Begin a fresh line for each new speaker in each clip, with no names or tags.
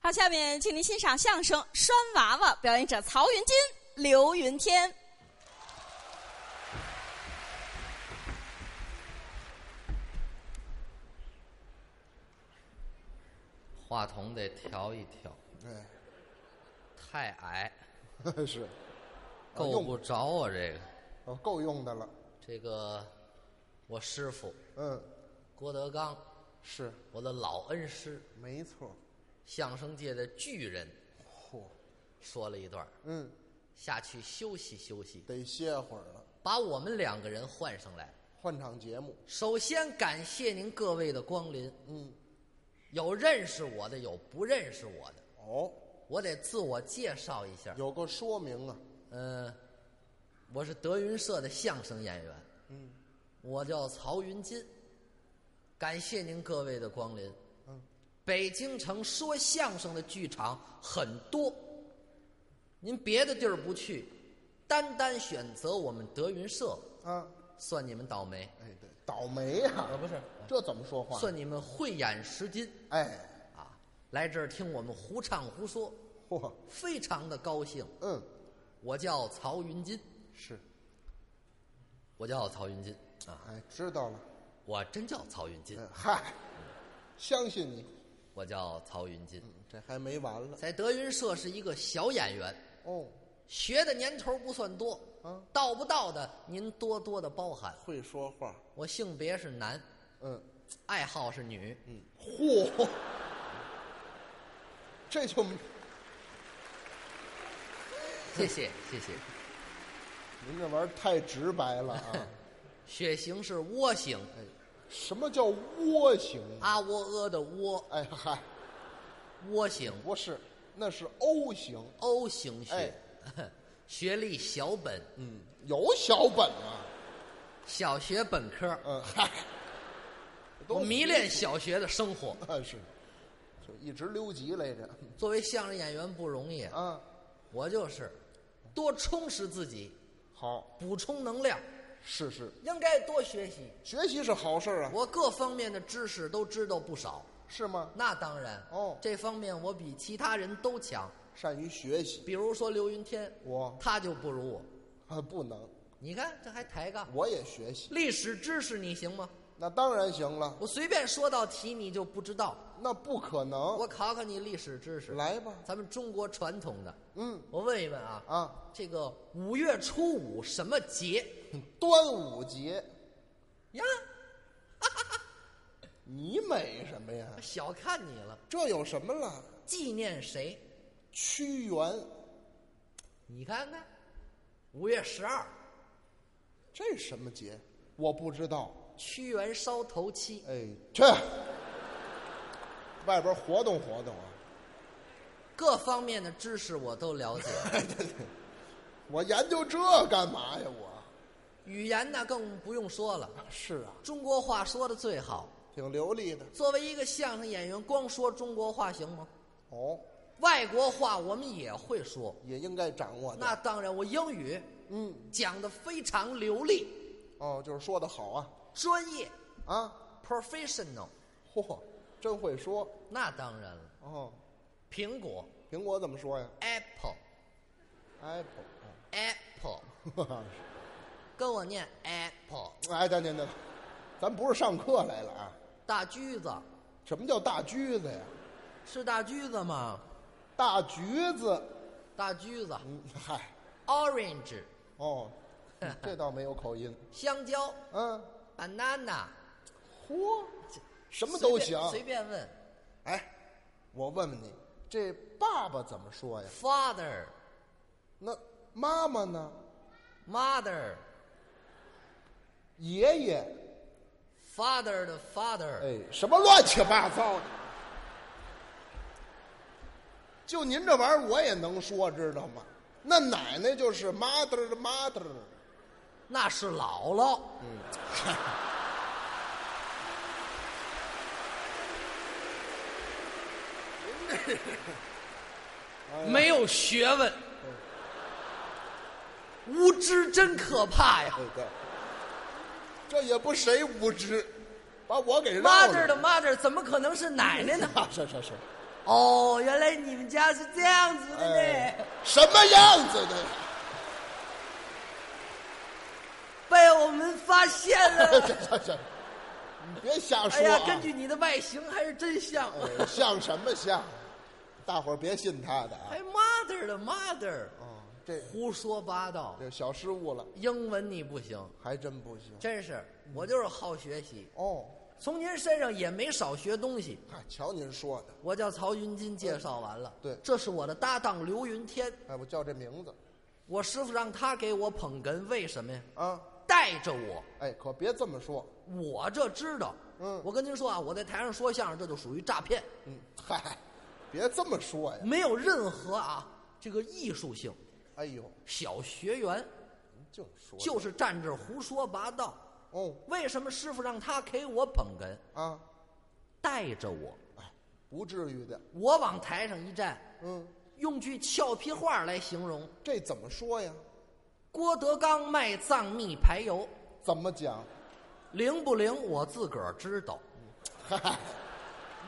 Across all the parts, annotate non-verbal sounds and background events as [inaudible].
好，下面请您欣赏相声《拴娃娃》，表演者曹云金、刘云天。
话筒得调一调，
哎， [laughs]
太矮，
是，啊
够
用
不着啊！这个，
哦，够用的了。
这个，我师傅
嗯，
郭德纲，
是，
我的老恩师，
没错。
相声界的巨人，
嚯，
说了一段儿，
嗯，
下去休息休息，
得歇会儿了，
把我们两个人换上来。
换场节目。
首先感谢您各位的光临，
嗯，
有认识我的，有不认识我的，
哦，
我得自我介绍一下。
有个说明啊。
呃，我是德云社的相声演员，
嗯，
我叫曹云金，感谢您各位的光临。
嗯，
北京城说相声的剧场很多，您别的地儿不去，单单选择我们德云社，
啊，
算你们倒霉，
哎，对，倒霉呀、
呃，不是，
这怎么说话？
算你们慧眼识金
哎，
啊！来这儿听我们胡唱胡说，
嚯，
非常的高兴。
嗯，
我叫曹云金，
是，
我叫曹云金啊。
哎，知道了。
我真叫曹云金，
嗯，嗨，相信你。
我叫曹云金，
嗯，这还没完了。
在德云社是一个小演员，
哦，
学的年头不算多，
啊，
到不到的您多多的包涵。
会说话。
我性别是男，
嗯，
爱好是女，
嚯，这就
谢谢谢谢。
您这玩意儿太直白了
[laughs]
啊！
血型是窝型，
哎，什么叫窝型啊？
阿窝阿的窝，
哎嗨，
窝型
不是，那是 O 型。
，O 型血， [laughs] 学历小本，
嗯，有小本啊。
小学本科，
嗯，嗨，
我迷
[laughs]
恋小学的生活。
那啊是，就一直溜级来着。
作为相声演员不容易，
啊，
我就是多充实自己。
好，
补充能量，
是是，
应该多学习。
学习是好事儿啊，
我各方面的知识都知道不少，
是吗？
那当然。
哦
这方面我比其他人都强。
善于学习，
比如说刘云天，
我
他就不如我。
啊不能，
你看这还抬杠。
我也学习，
历史知识你行吗？
那当然行了，
我随便说道题你就不知道。
那不可能。
我考考你历史知识，
来吧，
咱们中国传统的，
嗯
我问一问啊，
啊，
这个五月初五什么节
端午节，
呀？
你美什么呀？
小看你了，
这有什么了？
纪念谁？
屈原，
你看看，五月十二，
这什么节？我不知道。
屈原烧头七，
哎，去，外边活动活动啊！ [laughs]
各方面的知识我都了解，
[laughs] 我研究这干嘛呀？我
语言那更不用说了，
是啊，
中国话说的最好。
挺流利的。
作为一个相声演员，光说中国话行吗？
哦，
外国话我们也会说，
也应该掌握的。
那当然，我英语
嗯，
讲的非常流利、
哦，就是说的好啊
专业
啊！
（professional），
嚯，真会说
那当然了。
哦。
苹果
苹果怎么说呀
（apple），apple，
？Apple 啊。
跟我念 apple。
[laughs] 哎，等等等，咱不是上课来了啊？
大橘子
什么叫大橘子呀？
是大橘子吗？
大橘子，
大橘子
嗯，嗨，
（orange）。
哦，这倒没有口音。
香蕉、
嗯，
banana，
嚯，什么啊都行。
随便随便问
哎，我问问你，这爸爸怎么说呀？
father、
那妈妈呢？
mother、
爷爷？
father 的 father，
哎，什么乱七八糟的？就您这玩意儿，我也能说，知道吗？那奶奶就是 mother 的 mother，
那是姥姥。
嗯
[laughs] 没有学问，无知真可怕呀
对对，这也不谁 [laughs] 无知，把我给绕了。 [laughs]
！mother 的 mother 怎么可能是奶奶呢？
啊，是是是，
哦，原来你们家是这样子的呢
哎，，什么样子 [laughs] 的？
被我们发现
这
了。
这这，你别瞎
哎
说
呀
啊！，
哎根据你的外形还是真像。啊
[laughs] 哎像什么像？大伙儿别信他的啊
还！mother 哎的 mother，
哦这
胡说八道，
这小失误了，
英文你不行，
还真不行。
真是，我就是好学习，
哦，
从您身上也没少学东西。
嗨，瞧您说的，
我叫曹云金，介绍完了。
嗯对
这是我的搭档刘云天，
哎，我叫这名字
我师傅让他给我捧哏，为什么呀？
啊，
带着我，
哎，可别这么说。
我这知道。
嗯
我跟您说啊，我在台上说相声，这就属于诈骗，
嗯，嗨，别这么说呀。
没有任何啊这个艺术性。
哎呦，
小学员
您净说这
就是站这儿胡说八道。
哦
为什么师傅让他给我捧哏，
啊，
带着我？
哎，不至于的。
我往台上一站，
嗯，
用句俏皮话来形容：
这怎么说呀？
郭德纲卖藏秘排油，
怎么讲？
灵不灵我自个儿知道。
嗨，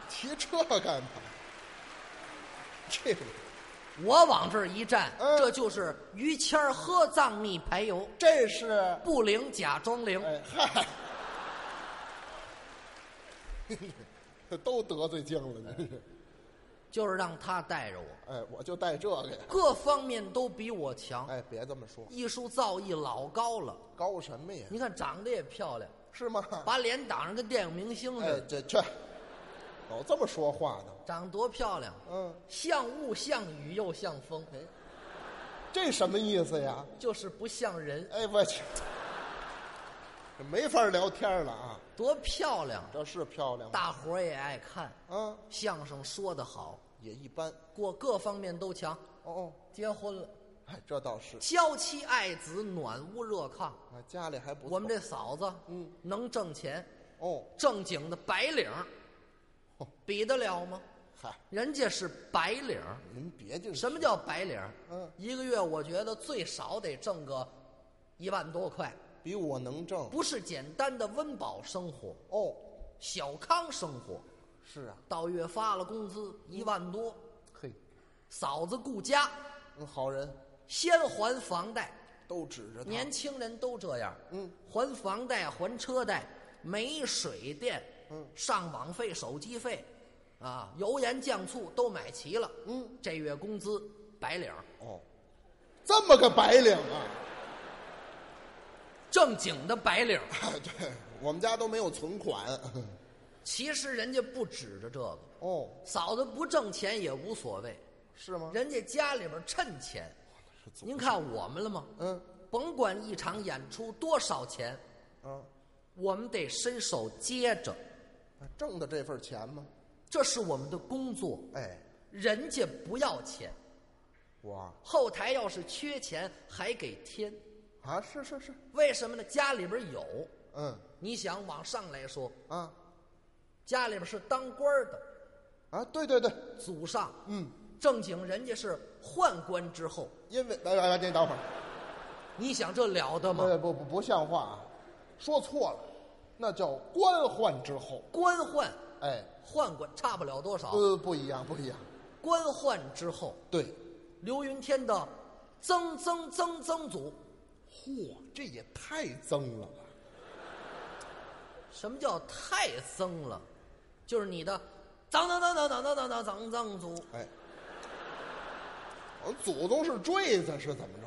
提这干嘛？ [laughs] 这
我往这儿一站，
嗯
这就是于谦儿喝藏秘排油，
这是
不灵假装灵。
哎嗨， [laughs] 都得罪净了你。
就是让他带着我，
哎，我就带这个呀。
各方面都比我强，
哎，别这么说，
艺术造诣老高了。
高什么呀？
你看长得也漂亮，
是吗？
把脸挡上跟电影明星似
哎
的，，
这这，老这么说话呢？
长多漂亮，啊
嗯，
像雾像雨又像风，
哎，这什么意思呀？
就是不像人，
哎，我去， [laughs] 这没法聊天了啊！
多漂亮！
这是漂亮吗？
大伙儿也爱看，
啊，
相声说得好，
也一般。
过各方面都强。
哦哦，
结婚了，
哎，这倒是。
娇妻爱子，暖屋热炕。
啊，家里还不错。
我们这嫂子，
嗯，
能挣钱，
哦，
正经的白领儿
哦，
比得了吗？
嗨，
人家是白领儿，
您别净
什么叫白领儿？
嗯
一个月我觉得最少得挣个一万多块，
比我能挣
不是简单的温饱生活，
哦，
小康生活。
是啊，
到月发了工资一万多，
嘿，
嫂子顾家，
嗯，好人
先还房贷。
都指着他。
年轻人都这样，
嗯，
还房贷、还车贷，没水电，
嗯，
上网费、手机费，啊，油盐酱醋都买齐了，
嗯，
这月工资白领儿，
哦，这么个白领啊！ [laughs]
正经的白领儿。 [laughs]
哎对，我们家都没有存款。
其实人家不指着这个，
哦，
嫂子不挣钱也无所谓，
是吗？
人家家里边趁钱。您看我们了吗？
嗯，
甭管一场演出多少钱，
啊，
我们得伸手接着，
挣的这份钱吗？
这是我们的工作。
哎，
人家不要钱，
哇
后台要是缺钱还给添，
啊，是是是，
为什么呢？家里边有，
嗯
你想往上来说，
啊
家里边是当官儿的，
啊，对对对，
祖上，
嗯，
正经人家是宦官之后，
因为来来来，您等会儿，
你想这了得吗？
不不不不像话啊，说错了，那叫官宦之后。
官宦，
哎，
宦官差不了多少。
呃，不一样，不一样。
官宦之后，
对，
刘云天的曾曾曾曾祖，
嚯，这也太增了吧？
什么叫太曾了？就是你的曾曾曾曾曾曾曾曾曾祖，
哎，我祖宗是坠子是怎么着？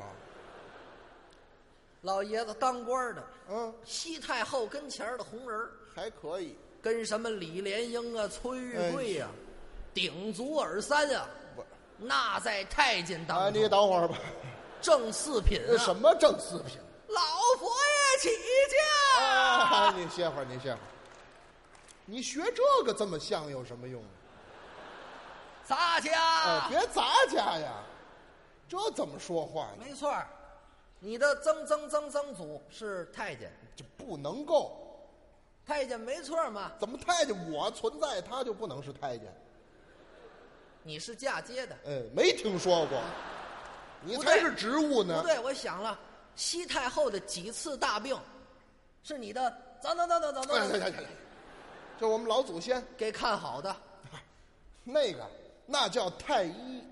老爷子当官儿的，
嗯，
西太后跟前儿的红人儿，
还可以。
跟什么李莲英啊、崔玉贵呀、顶足耳三啊，
不，
那在太监
啊，
当
你
中
等会儿吧。
正四品
这
啊，
什么正四品？
老佛爷起驾，
啊，你歇会儿，你歇会儿。你学这个这么像有什么用啊？
洒
哎，
家，
别杂家呀，这怎么说话呀？
没错儿你的曾曾曾曾祖是太监，
这不能够。
太监没错儿嘛，
怎么太监我存在，他就不能是太监？
你是嫁接的，
哎，没听说过。你
不
才
对
是职务呢
不。对，我想了，西太后的几次大病，是你的曾曾曾曾曾
哎呀
曾
呀呀呀！就我们老祖先
给看好的，
那个那叫太医。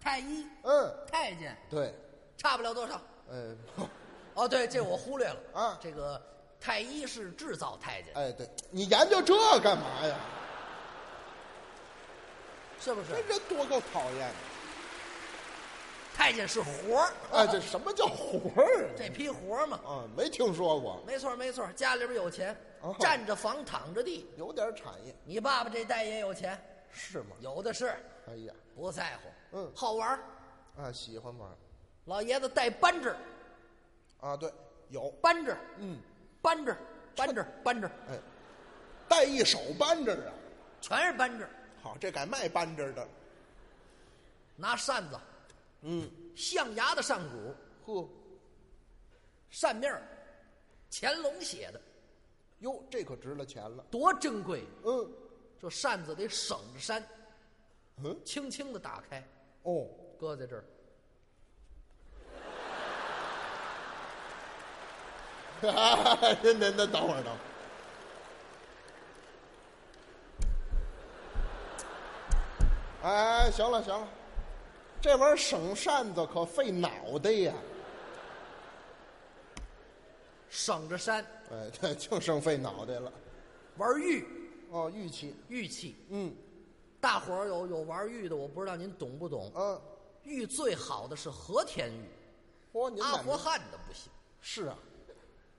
太医、
嗯，
太监，
对，
差不了多少。
呃， [laughs]
哦，对，这我忽略了
啊
这个太医是制造太监，
哎，对你研究这干嘛呀？
是不是
这？人多够讨厌的！
太监是活儿，
哎，这什么叫活儿
这批活儿嘛。
啊？啊，没听说过，
没错没错，家里边有钱
哦，
占着房躺着地。
有点产业
你爸爸这代也有钱，
是吗？
有的是，
哎呀，
不在乎。
嗯
好玩儿。
啊，喜欢玩儿
老爷子带扳指，
啊，对，有，
扳指，
嗯，
扳指，扳指，扳指，
哎，带一手扳指啊，
全是扳指。
好，这改卖扳指的，
拿扇子，
嗯，
象牙的扇骨，
呵，
扇面儿，乾隆写的，
哟，这可值了钱了，
多珍贵！
嗯，
这扇子得省着扇，
嗯，
轻轻的打开，
哦， [laughs]
搁在这儿。
您您您等会儿等会儿，哎，行了行了，这玩意儿省扇子可费脑袋呀，
省着扇，
哎，对，就剩费脑袋了。
玩玉
哦，玉器，
玉器，
嗯
大伙儿有有玩玉的，我不知道您懂不懂。
嗯，
玉最好的是和田玉，
嚯、您
阿
满
佛汗的不行，
是啊，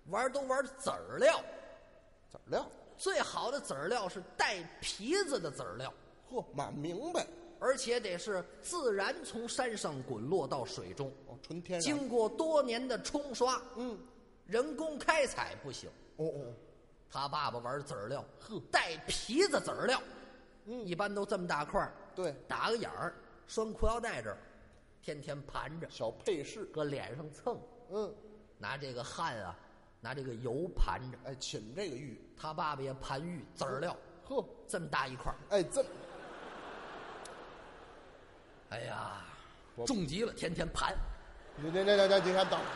玩儿都玩儿籽儿料，
怎么料？
最好的籽儿料是带皮子的籽儿料，
嚯，满明白
而且得是自然从山上滚落到水中，
哦，纯天然。
经过多年的冲刷，
嗯，
人工开采不行。
哦哦，
他爸爸玩籽儿料，带皮子籽儿料，嗯一般都这么大块儿
对
打个眼儿，拴裤腰带这儿，天天盘着，
小配饰，
搁脸上蹭，
嗯，
拿这个汗啊，拿这个油盘着。
哎，寝这个玉，
他爸爸也盘玉籽儿料，
呵，
这么大一块儿，
哎，这
哎呀
我，
重极了，天天盘。
你这这这这，你先等会儿，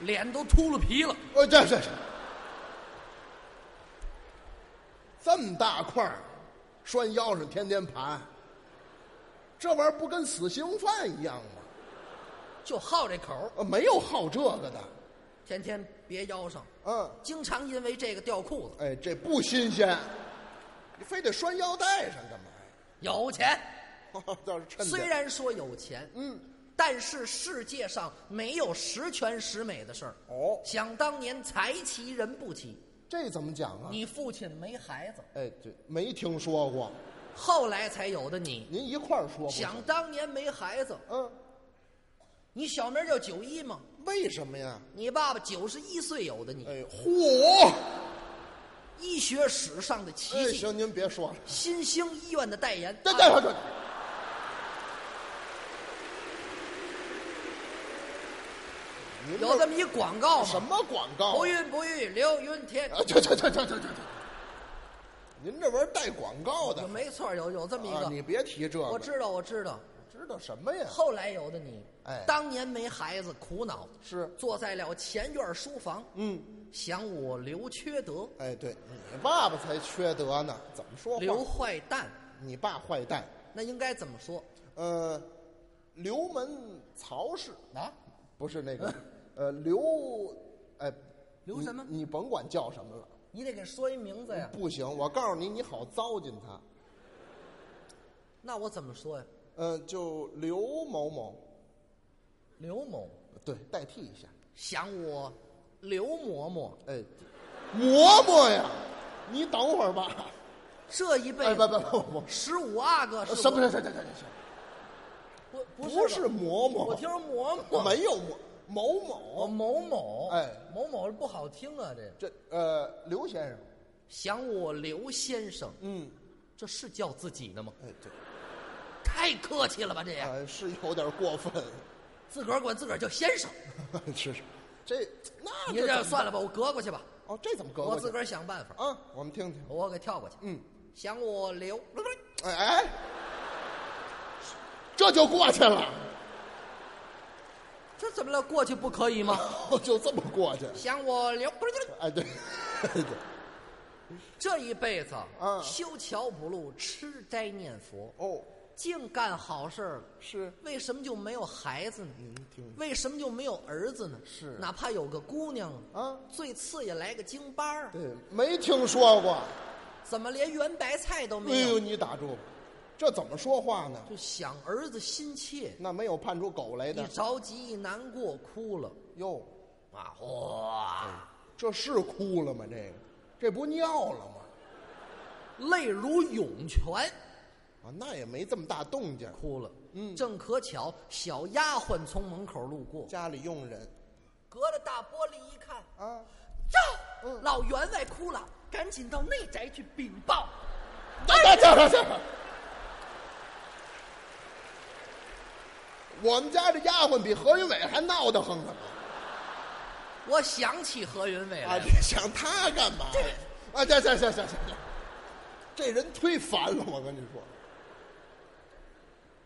脸都秃噜皮了，
哦，这这这，这么大块儿，拴腰上天天盘，这玩意儿不跟死刑犯一样吗？
就好这口儿，
呃，没有好这个的，
天天别腰上，
嗯，
经常因为这个掉裤子。
哎，这不新鲜，你非得拴腰带上干嘛呀？
有钱，
倒是趁
虽然说有钱，
嗯，
但是世界上没有十全十美的事儿。
哦
想当年财齐人不齐，
这怎么讲啊？
你父亲没孩子，
哎，对，没听说过，
后来才有的你。
您一块儿说过。
想当年没孩子，
嗯，
你小名叫九一吗？
为什么呀？
你爸爸九十一岁有的你，
哎，嚯！
医学史上的奇
哎，
迹，
行，您别说了，
新兴医院的代言。啊
这这这这，您
有这么一广告吗？
什么广告
不
啊？
孕不育，刘云天。
啊，这这这这这这这，您这玩意儿带广告的
没错，有有这么一
啊！
个，
你别提这个，
我知道，我知道。
知道什么呀？
后来有的你，
哎
当年没孩子苦恼，
是
坐在了前院书房，
嗯，
想我刘缺德、
哎，对你爸爸才缺德呢，怎么说话？
刘坏蛋，
你爸坏蛋，
那应该怎么说
呃，刘门曹氏
啊？
不是那个，呃，刘，哎，
嗯刘什么
你？你甭管叫什么了，
你得给说一名字呀。
不行，我告诉你，你好糟践他。
那我怎么说呀？
呃，就刘某某，
刘某
对，代替一下。
想我刘嬷嬷
哎，嬷嬷呀，你等会儿吧。
这一辈
哎，不
子
不不不，
十五阿哥是
什么
我？
什么什么什么，
不
不
是
是
吧，
嬷
我
嬷，
听说嬷嬷
没有嬷某
我某
某，
某，
哎
某某不好听啊，这
这呃刘先生，
想我刘先生，
嗯，
这是叫自己呢吗？
哎对，
太客气了吧，这也、
呃是有点过分。 [laughs]
自个儿管自个儿叫先生，
是是，这那
你这
怎么
算了吧，我隔过去吧，
哦，这怎么隔
我
过
自
去
个儿想办法，
啊？我们听听，
我给跳过去。
嗯，
想我刘，
哎哎，这就过去了，
这怎么了？过去不
[laughs] 哦
可以吗？
就这么过去。
想我刘，
哎，对，对，
这一辈子，
嗯
修桥补路，吃斋念佛，
哦，
净干好事儿了。
是
为什么就没有孩子呢？
您听
为什么就没有儿子呢？
嗯是
哪怕有个姑娘呢
啊
最次也来个京班儿，
对，没听说过。
怎么连圆白菜都
哎
没有？
呦，你打住，这怎么说话呢？
就想儿子心切，
那没有盼出狗来
一
的
着急一难过哭了，
哟，
啊哇，
这是哭了吗？这个，这不尿了吗？
泪如涌泉，
啊，那也没这么大动静。
哭了。
嗯
正可巧，小丫鬟从门口路过，
家里佣人
隔着大玻璃一看，
啊，
哟，
嗯
老员外哭了，赶紧到内宅去禀报。
那这这这，我们家这丫鬟比何云伟还闹得慌呢。
我想起何云伟
啊，
来了
你，想他干嘛呀？啊，行行行行行行，这人忒烦哎了，我跟你说。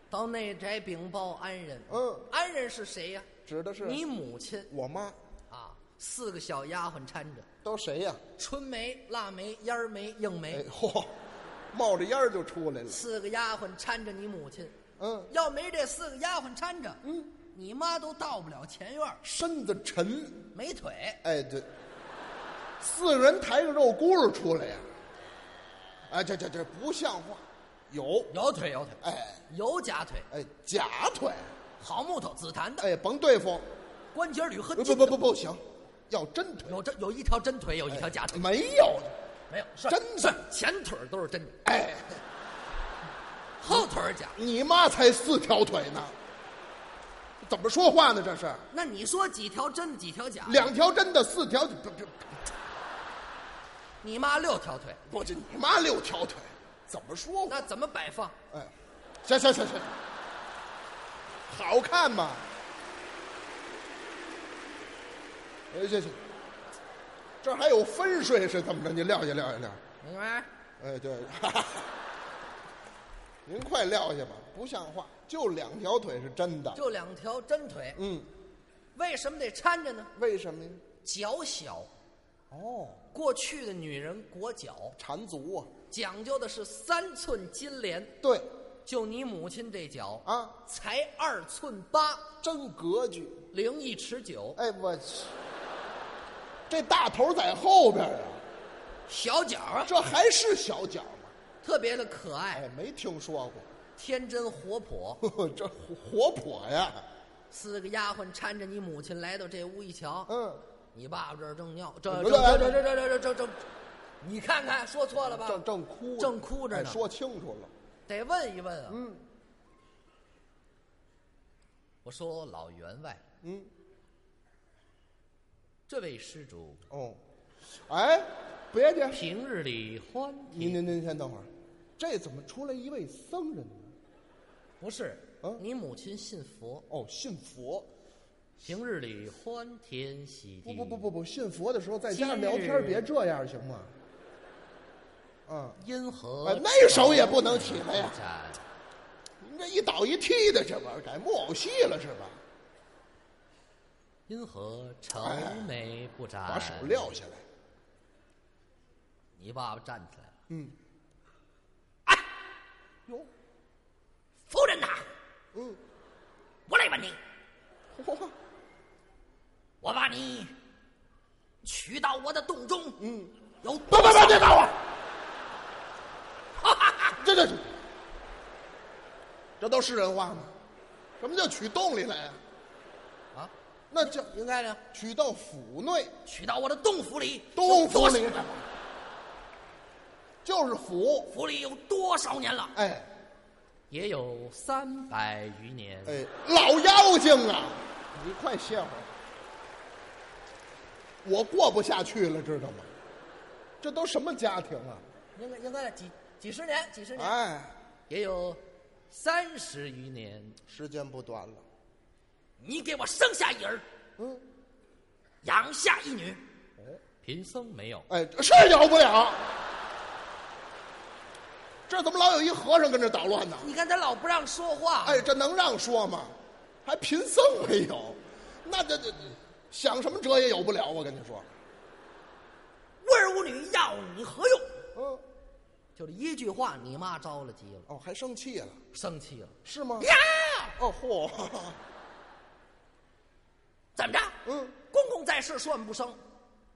到内宅禀报安仁。
嗯，
安仁是谁呀、
指的是
你母亲
我妈
啊，四个小丫鬟搀着，
都谁呀、
春梅、腊梅、烟儿梅、硬梅，
哎，嚯，冒着烟儿就出来了。
四个丫鬟搀着你母亲。
嗯，
要没这四个丫鬟搀着，嗯，你妈都到不了前院儿，
身子沉，
没腿。
哎，对，四个人抬着肉轱辘出来呀、哎，这这这不像话。有，
有腿有腿，
哎
有假腿，
哎，假腿，
好木头，紫檀的，
哎，甭对付，
关节铝合
不
金
不
的。
不不不行，要真腿，
有真有一条真腿，有一条假腿，
没有，
没有是
哎真的
是前腿儿都是真的，
哎，
后腿儿假。
你妈才四条腿呢，怎么说话呢？这是
那你说几条真的，几条假？
两条真的，四条不不
你妈六条腿，
不，这你妈六条腿，怎么说话？
那怎么摆放？
哎，行行行行，好看吗？哎，行行，这还有分水是怎么着？你撂下撂下撂下。
明白？
哎，对， [laughs] 哈哈您快撂下吧，不像话。就两条腿是真的，
就两条真腿，
嗯，
为什么得搀着呢？
为什么呀？
脚小，
哦，
过去的女人裹脚，
缠足啊，
讲究的是三寸金莲，
对
就你母亲这脚，
啊，
才二寸八，
真格局。
零一尺九，
哎，我去，这大头在后边啊，
小脚啊，
这还是小脚吗？
特别的可爱，
哎，没听说过。 [laughs]
天真活泼。
呵呵，这活活泼呀！
四个丫鬟搀着你母亲来到这屋一瞧，
嗯，
你爸爸这儿正尿，这
不
这这这
对
这这这这这，你看看，说错了吧？
哎正正哭着
正哭着呢
哎说清楚了，
得问一问啊。嗯，我说老员外，
嗯，
这位施主
哦，哎，别介，
平日里欢
您
体
您您先等会儿，这怎么出来一位僧人呢？
不是
啊？
你母亲信佛，
哦，信佛，
平日里欢天喜
不
地。
不不不，不，信佛的时候在家
嗯今
聊天
日
别这样行吗？嗯，
因何
哎那手也不能起来呀
呀？
您这一倒一踢的，这玩意儿改木偶戏了是吧？
因何愁
哎
眉不展？
把手撂下来，
你爸爸站起来了。
嗯，哟，
夫人呐，
嗯，
我来问你，
嚯，
我把你娶到我的洞中，
嗯，
有
不
多
不不，
少？
别打我！这这这，这都是人话吗？什么叫取洞里来啊？
啊，
那叫
[laughs] 应该的。
取到府内，
娶到我的洞府里，
洞
有
府
多少
里，就是府。
府里有多少年了？
哎
也有三百余年。
哎，老妖精啊！你快歇会儿，我过不下去了，知道吗？这都什么家庭啊？
应该应该几几十年，几十年、
哎，
啊也有三十余年。
时间不短了。
你给我生下一儿，
嗯，
养下一女。贫僧没有，
哎，是有不了。这怎么老有一和尚跟这捣乱呢？
你看他老不让说话。
哎，，这能让说吗？还贫僧没有，那这这想什么辙也有不了。我跟你说，
无儿无女要你何用？
嗯，
就是一句话，你妈着了急了，
哦，还生气了，
生气了
是吗？
呀！
哦嚯，
怎么着？
嗯，
公公在世说我们不生，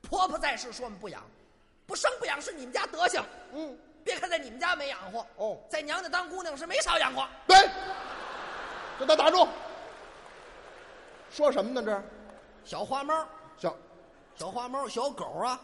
婆婆在世说我们不养，不生不养是你们家德行。
嗯，
别看在你们家没养活，
哦
在娘家当姑娘是没少养活。
对，给他打住。说什么呢？这
小花猫，
小
小花猫，小狗啊，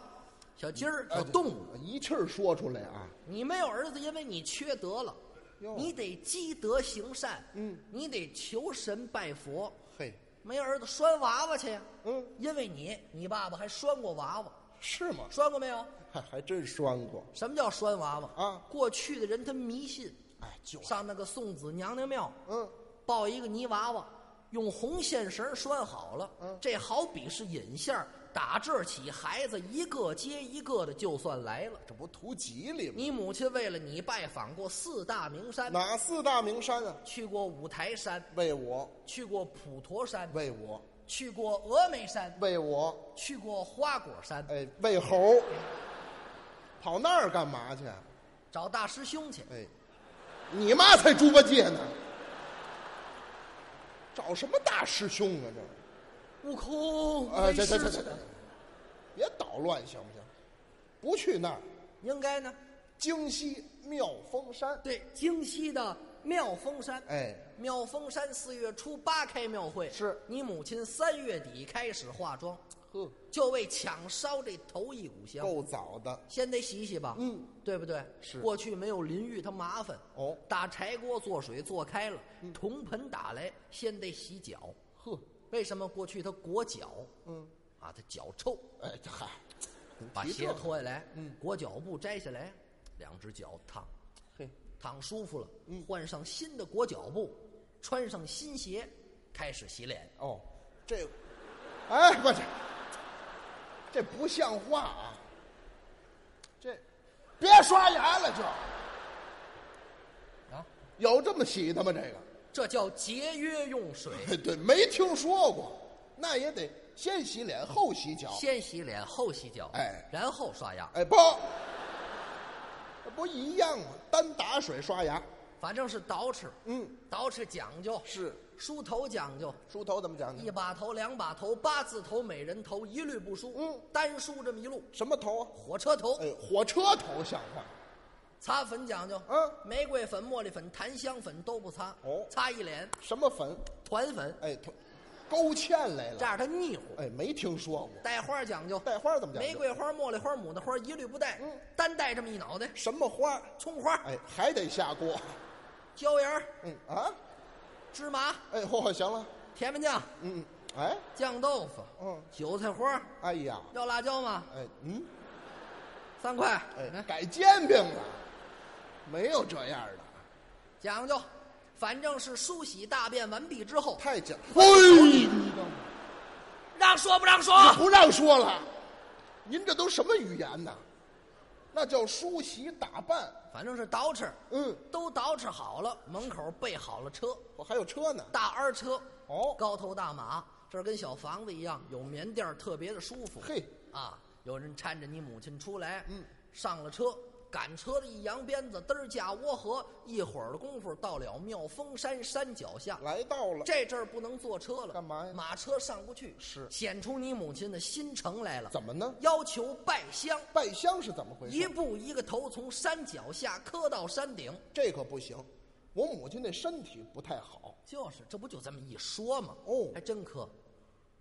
小鸡儿，小
呃
动物，
一气儿说出来啊！
你没有儿子，因为你缺德了。
哟
你得积德行善，
嗯，
你得求神拜佛。
嘿，
没儿子拴娃娃去呀，
嗯，
因为你，你爸爸还拴过娃娃，
是吗？
拴过没有？
还还真拴过。
什么叫拴娃娃
啊
过去的人他迷信，
哎，就
上那个送子娘娘庙，
嗯，
抱一个泥娃娃，用红线绳拴好了，
嗯
这好比是引线儿，打这儿起，孩子一个接一个的就算来了。
这不图吉利吗？
你母亲为了你拜访过四大名山，
哪四大名山啊？
去过五台山，
为我，
去过普陀山，
为我，
去过峨眉山，
为我，
去过花果山，
哎，为猴，跑那儿干嘛去？啊
找大师兄去。
哎，你妈才猪八戒呢！找什么大师兄啊？这，
悟空，
哎，
为
这这
师
这这，别捣乱行不行？不去那儿，
应该呢。
京西妙峰山。
对，京西的妙峰山，
哎，
妙峰山四月初八开庙会，
是
你母亲三月底开始化妆，
呵，
就为抢烧这头一股香。
够早的。
先得洗洗吧，
嗯，
对不对？
是
过去没有淋浴，它麻烦。
哦嗯
打柴锅做水做开了，铜盆打来，先得洗脚。
呵，
为什么过去它裹脚？
嗯，
啊，它脚臭，
哎，这嗨，您
把
提
鞋
这个
脱下来，
嗯，
裹脚布摘下来，两只脚烫，
嘿，
烫舒服了，
嗯
换上新的裹脚布，穿上新鞋，开始洗脸。
哦，这，哎，不是，这不像话啊！这，别刷牙了，这
啊，
有这么洗的吗？这个，
这叫节约用
[laughs]
水，
对，没听说过，那也得先洗脸后洗脚。
先洗脸后洗脚，
哎
然后刷牙，
哎，不，这不一样吗？单打水刷牙，
反正是捯饬，
嗯，
捯饬讲究
是
梳头讲究，
梳头怎么讲
一
呢？
把头、两把头、八字头、美人头，一律不梳，
嗯，
单梳这么一路，
什么头啊？
火车头，
哎，火车头像话。
擦粉讲究，
嗯
玫瑰粉、茉莉粉、檀香粉都不擦，
哦
擦一脸
什么粉？
团粉，
哎，头勾芡来
这
了。
样它腻乎。
哎，没听说过。
带花讲究，
带花怎么讲究？
玫瑰花、茉莉花、牡丹花一律不带，
嗯
单带这么一脑袋，
什么花？
葱花、
哎，还得下锅。 [laughs]
椒盐儿、
嗯啊，
芝麻、
哎，嚯、行了，
甜面酱、
嗯，哎，
酱豆腐、
嗯
韭菜花，
哎呀，
要辣椒吗？
哎，嗯，
三块，
哎，
嗯
改煎饼了，没有这样的，
讲究，反正是梳洗大便完毕之后，
太假。
哎
嘿，
让说不让说？
不让说了，您这都什么语言呐？那叫梳洗打扮。
[laughs] 反正是捯饬，
嗯，
都捯饬好了，门口备好了车，
我还有车呢。
大二车，
哦
高头大马，这儿跟小房子一样，有棉垫儿，特别的舒服。
嘿，
啊，有人搀着你母亲出来，
嗯，
上了车，赶车的一扬鞭子，嘚儿架窝河，一会儿的功夫到了妙峰山山脚下。
来到了，
这阵儿不能坐车了，
干嘛呀
马车上不去，
是
显出你母亲的心诚来了。
怎么呢？
要求拜香，
拜香是怎么回
一
事？
步一个头从山脚下磕到山顶。
这可不行，我母亲那身体不太好。
就是，这不就这么一说吗？
哦
还真磕。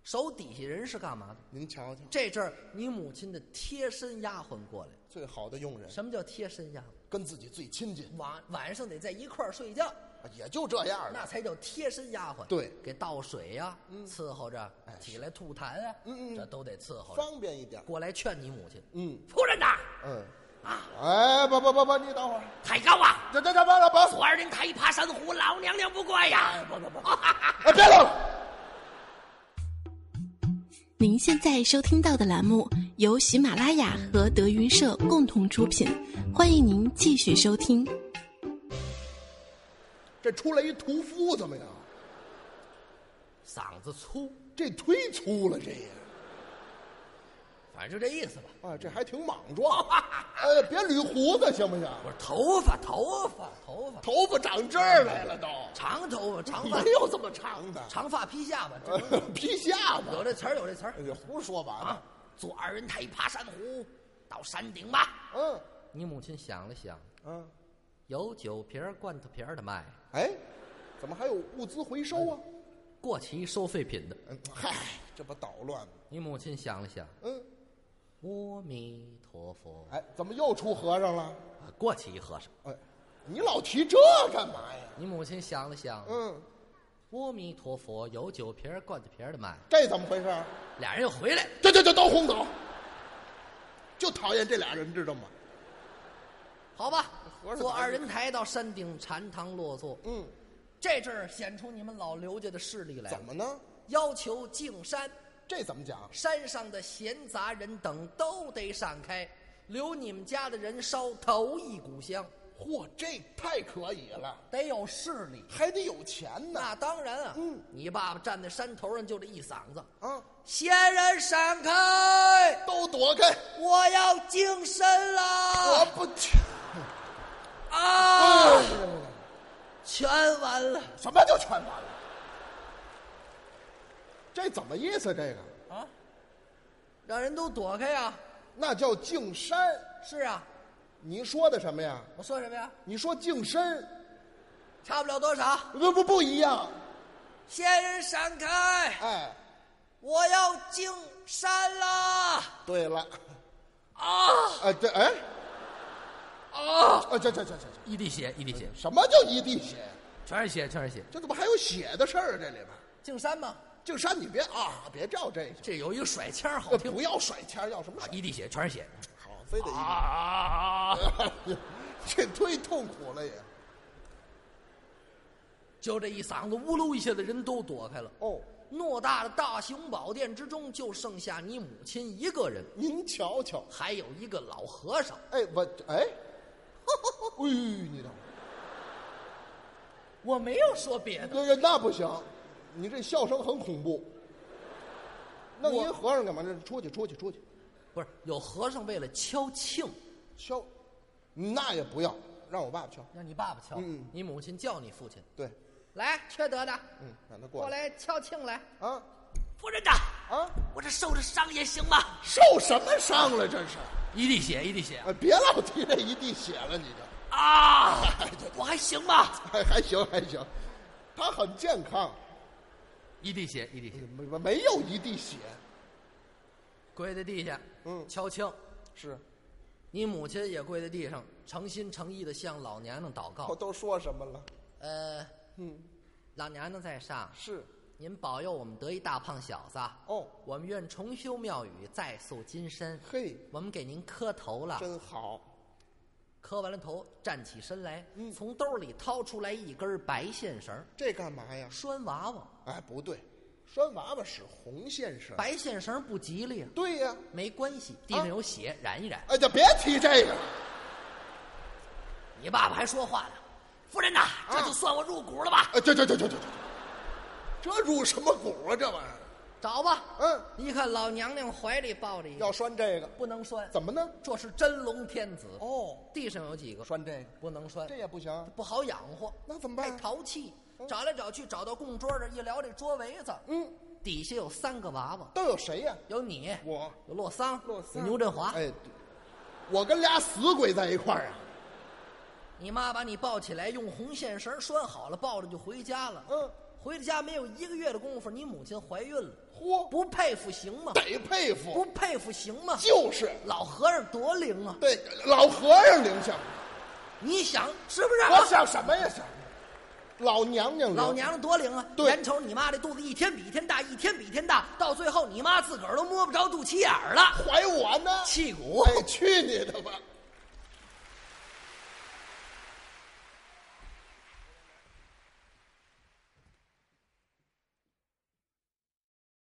手底下人是干嘛的？
您瞧瞧，
这阵儿你母亲的贴身丫鬟过来，
最好的佣人，
什么叫贴身丫鬟？
跟自己最亲近，
晚晚上得在一块儿睡觉，
也就这样
那
了。
才叫贴身丫鬟。
对
给倒水呀、伺候着，起来吐痰啊，
嗯嗯嗯
这都得伺候着。
方便一点。
过来劝你母亲，
嗯
夫人呐，
嗯，
啊，
哎，不不不不，你等会儿，
太高啊，
这这这，别了别
昨儿您太爬山虎，老娘娘不怪呀。不不 [laughs] 不，
哎，别闹了。
您现在收听到的栏目由喜马拉雅和德云社共同出品，欢迎您继续收听。
这出来一屠夫怎么样？
嗓子粗，
这忒粗了，这也。
反正就这意思吧。
啊，这还挺莽
[laughs]
撞。呃，别捋胡子行不行？
我说头发，头发，头发，
头发长这儿来了都，
长头发，长 [laughs] 发
没，有这么长的，
长发披下巴，这
呃 [laughs] 披下巴
有。这词儿，有这词儿
哎呀胡说八
啊
道。！
坐二人太爬山虎，到山顶吧。
嗯
你母亲想了想，
嗯，
有酒瓶儿、罐头瓶儿的卖，
哎，怎么还有物资回收啊？
过期收废品的。
嗯，嗨，这不捣乱吗？
你母亲想了想，
嗯，
阿弥陀佛，啊
哎，怎么又出和尚了？
过期一和尚。
哎，你老提这干嘛呀？
你母亲想了想，
嗯，
阿弥陀佛，有酒瓶儿、罐头瓶儿的卖。
这怎么回事？
俩人又回来，
这这这都轰走，就讨厌这俩人，知道吗？
好吧
和，尚
坐二人抬到山顶禅堂落座。
嗯，
这阵儿显出你们老刘家的势力来
怎
了，
么呢？
要求敬山，
这怎么讲？
山上的闲杂人等都得闪开，留你们家的人烧头一股香，
嚯，这太可以了，
得有势力。
还得有钱呢。
那当然啊，
嗯，
你爸爸站在山头上就这一嗓子
啊，：“
闲人闪开，
都躲开，
我要敬身
我嗯
啦
不去。！”
啊，全完了
什么叫全完了？这怎么意思？这个
啊，让人都躲开呀。
那叫净山。
是啊，
你说的什么呀？
我说什么呀？
你说净身，
差不了多少。
不不不一样。
仙人闪开，
哎，
我要进山啦！
对了，
啊
哎这哎，
啊！
啊这这这这这，
一滴血，一滴血，
什么叫一滴血？
全是血，全是血。
这怎么还有血的事儿？啊这里边，
进山吗？
净山你别啊，别照这个，
这有一个甩腔儿好
呃
听，
不要甩钱儿，要什么甩？
一滴血，全是血。
啊好，非得一滴
啊！
[laughs] 这忒痛苦了也。
就这一嗓子，呜噜一下的人都躲开了。
哦，
偌大的大雄宝殿之中，就剩下你母亲一个人，
您瞧瞧，
还有一个老和尚。
哎我哎，哎呦你等会儿。
我没有说别的，
那个那不行，你这笑声很恐怖。弄一
我
和尚干嘛？这出去出去出去，
不是有和尚为了敲磬，
敲，那也不要，让我爸爸敲。
让你爸爸敲，
嗯
你母亲叫你父亲
对，
来，缺德的，
嗯，让他过
过来敲磬来。
啊
夫人呐，
啊！
我这受着伤也行吗？
受什么伤了？这是？
一滴血，一滴血
啊，别老提这一地血了，你这
啊！ [laughs] 我还行吗？
还还行还行，他很健康，
一滴血，一滴血，
没没有一地血。
跪在地下，
嗯
敲磬。
是，
你母亲也跪在地上，诚心诚意的向老娘娘祷
我
告。
都说什么了？
呃，
嗯，
老娘娘在上，
是
您保佑我们得一大胖小子。啊
哦
我们愿重修庙宇，再塑金身。
嘿
我们给您磕头了。
真好。
磕完了头，站起身来，
嗯
从兜里掏出来一根白线绳，
这干嘛呀？
拴娃娃。
哎，不对，拴娃娃使红线绳。
白线绳不吉利啊，
对呀、
没关系，
啊
地上有血，染一染。
哎，就别提这个了。
你爸爸还说话呢，夫人呐，
啊
这就算我入股了吧？
哎，这这这这这，这入什么股啊？这玩意儿，
找吧，
嗯，
一看老娘娘怀里抱着一
要
个，
拴这个
不能拴，
怎么呢？
这是真龙天子，
哦，
地上有几个，
拴这个，
不能拴
这，也不行。
不好养活，
那怎么办啊哦
太淘气。找来找去，找到供桌上，一撩这桌围子，
嗯，
底下有三个娃娃，
都有谁呀、
有你，
我
有洛桑，
洛桑
有牛振华，
哎，对我跟俩死鬼在一块儿啊。
你妈把你抱起来，用红线绳拴好了，抱着就回家了。
嗯，
回到家没有一个月的功夫，你母亲怀孕了，
嚯，
不佩服行吗？
得佩
不
服，
佩服行吗？
就是
老和尚多灵啊！
对老和尚灵性。
你想是不是啊、
我想什么呀？想老娘娘灵，
老娘娘多灵啊！
对
眼瞅你妈这肚子一天比一天大，一天比一天大，到最后你妈自个儿都摸不着肚脐眼儿了，
怀我呢？
气鼓。
哎，去你的吧！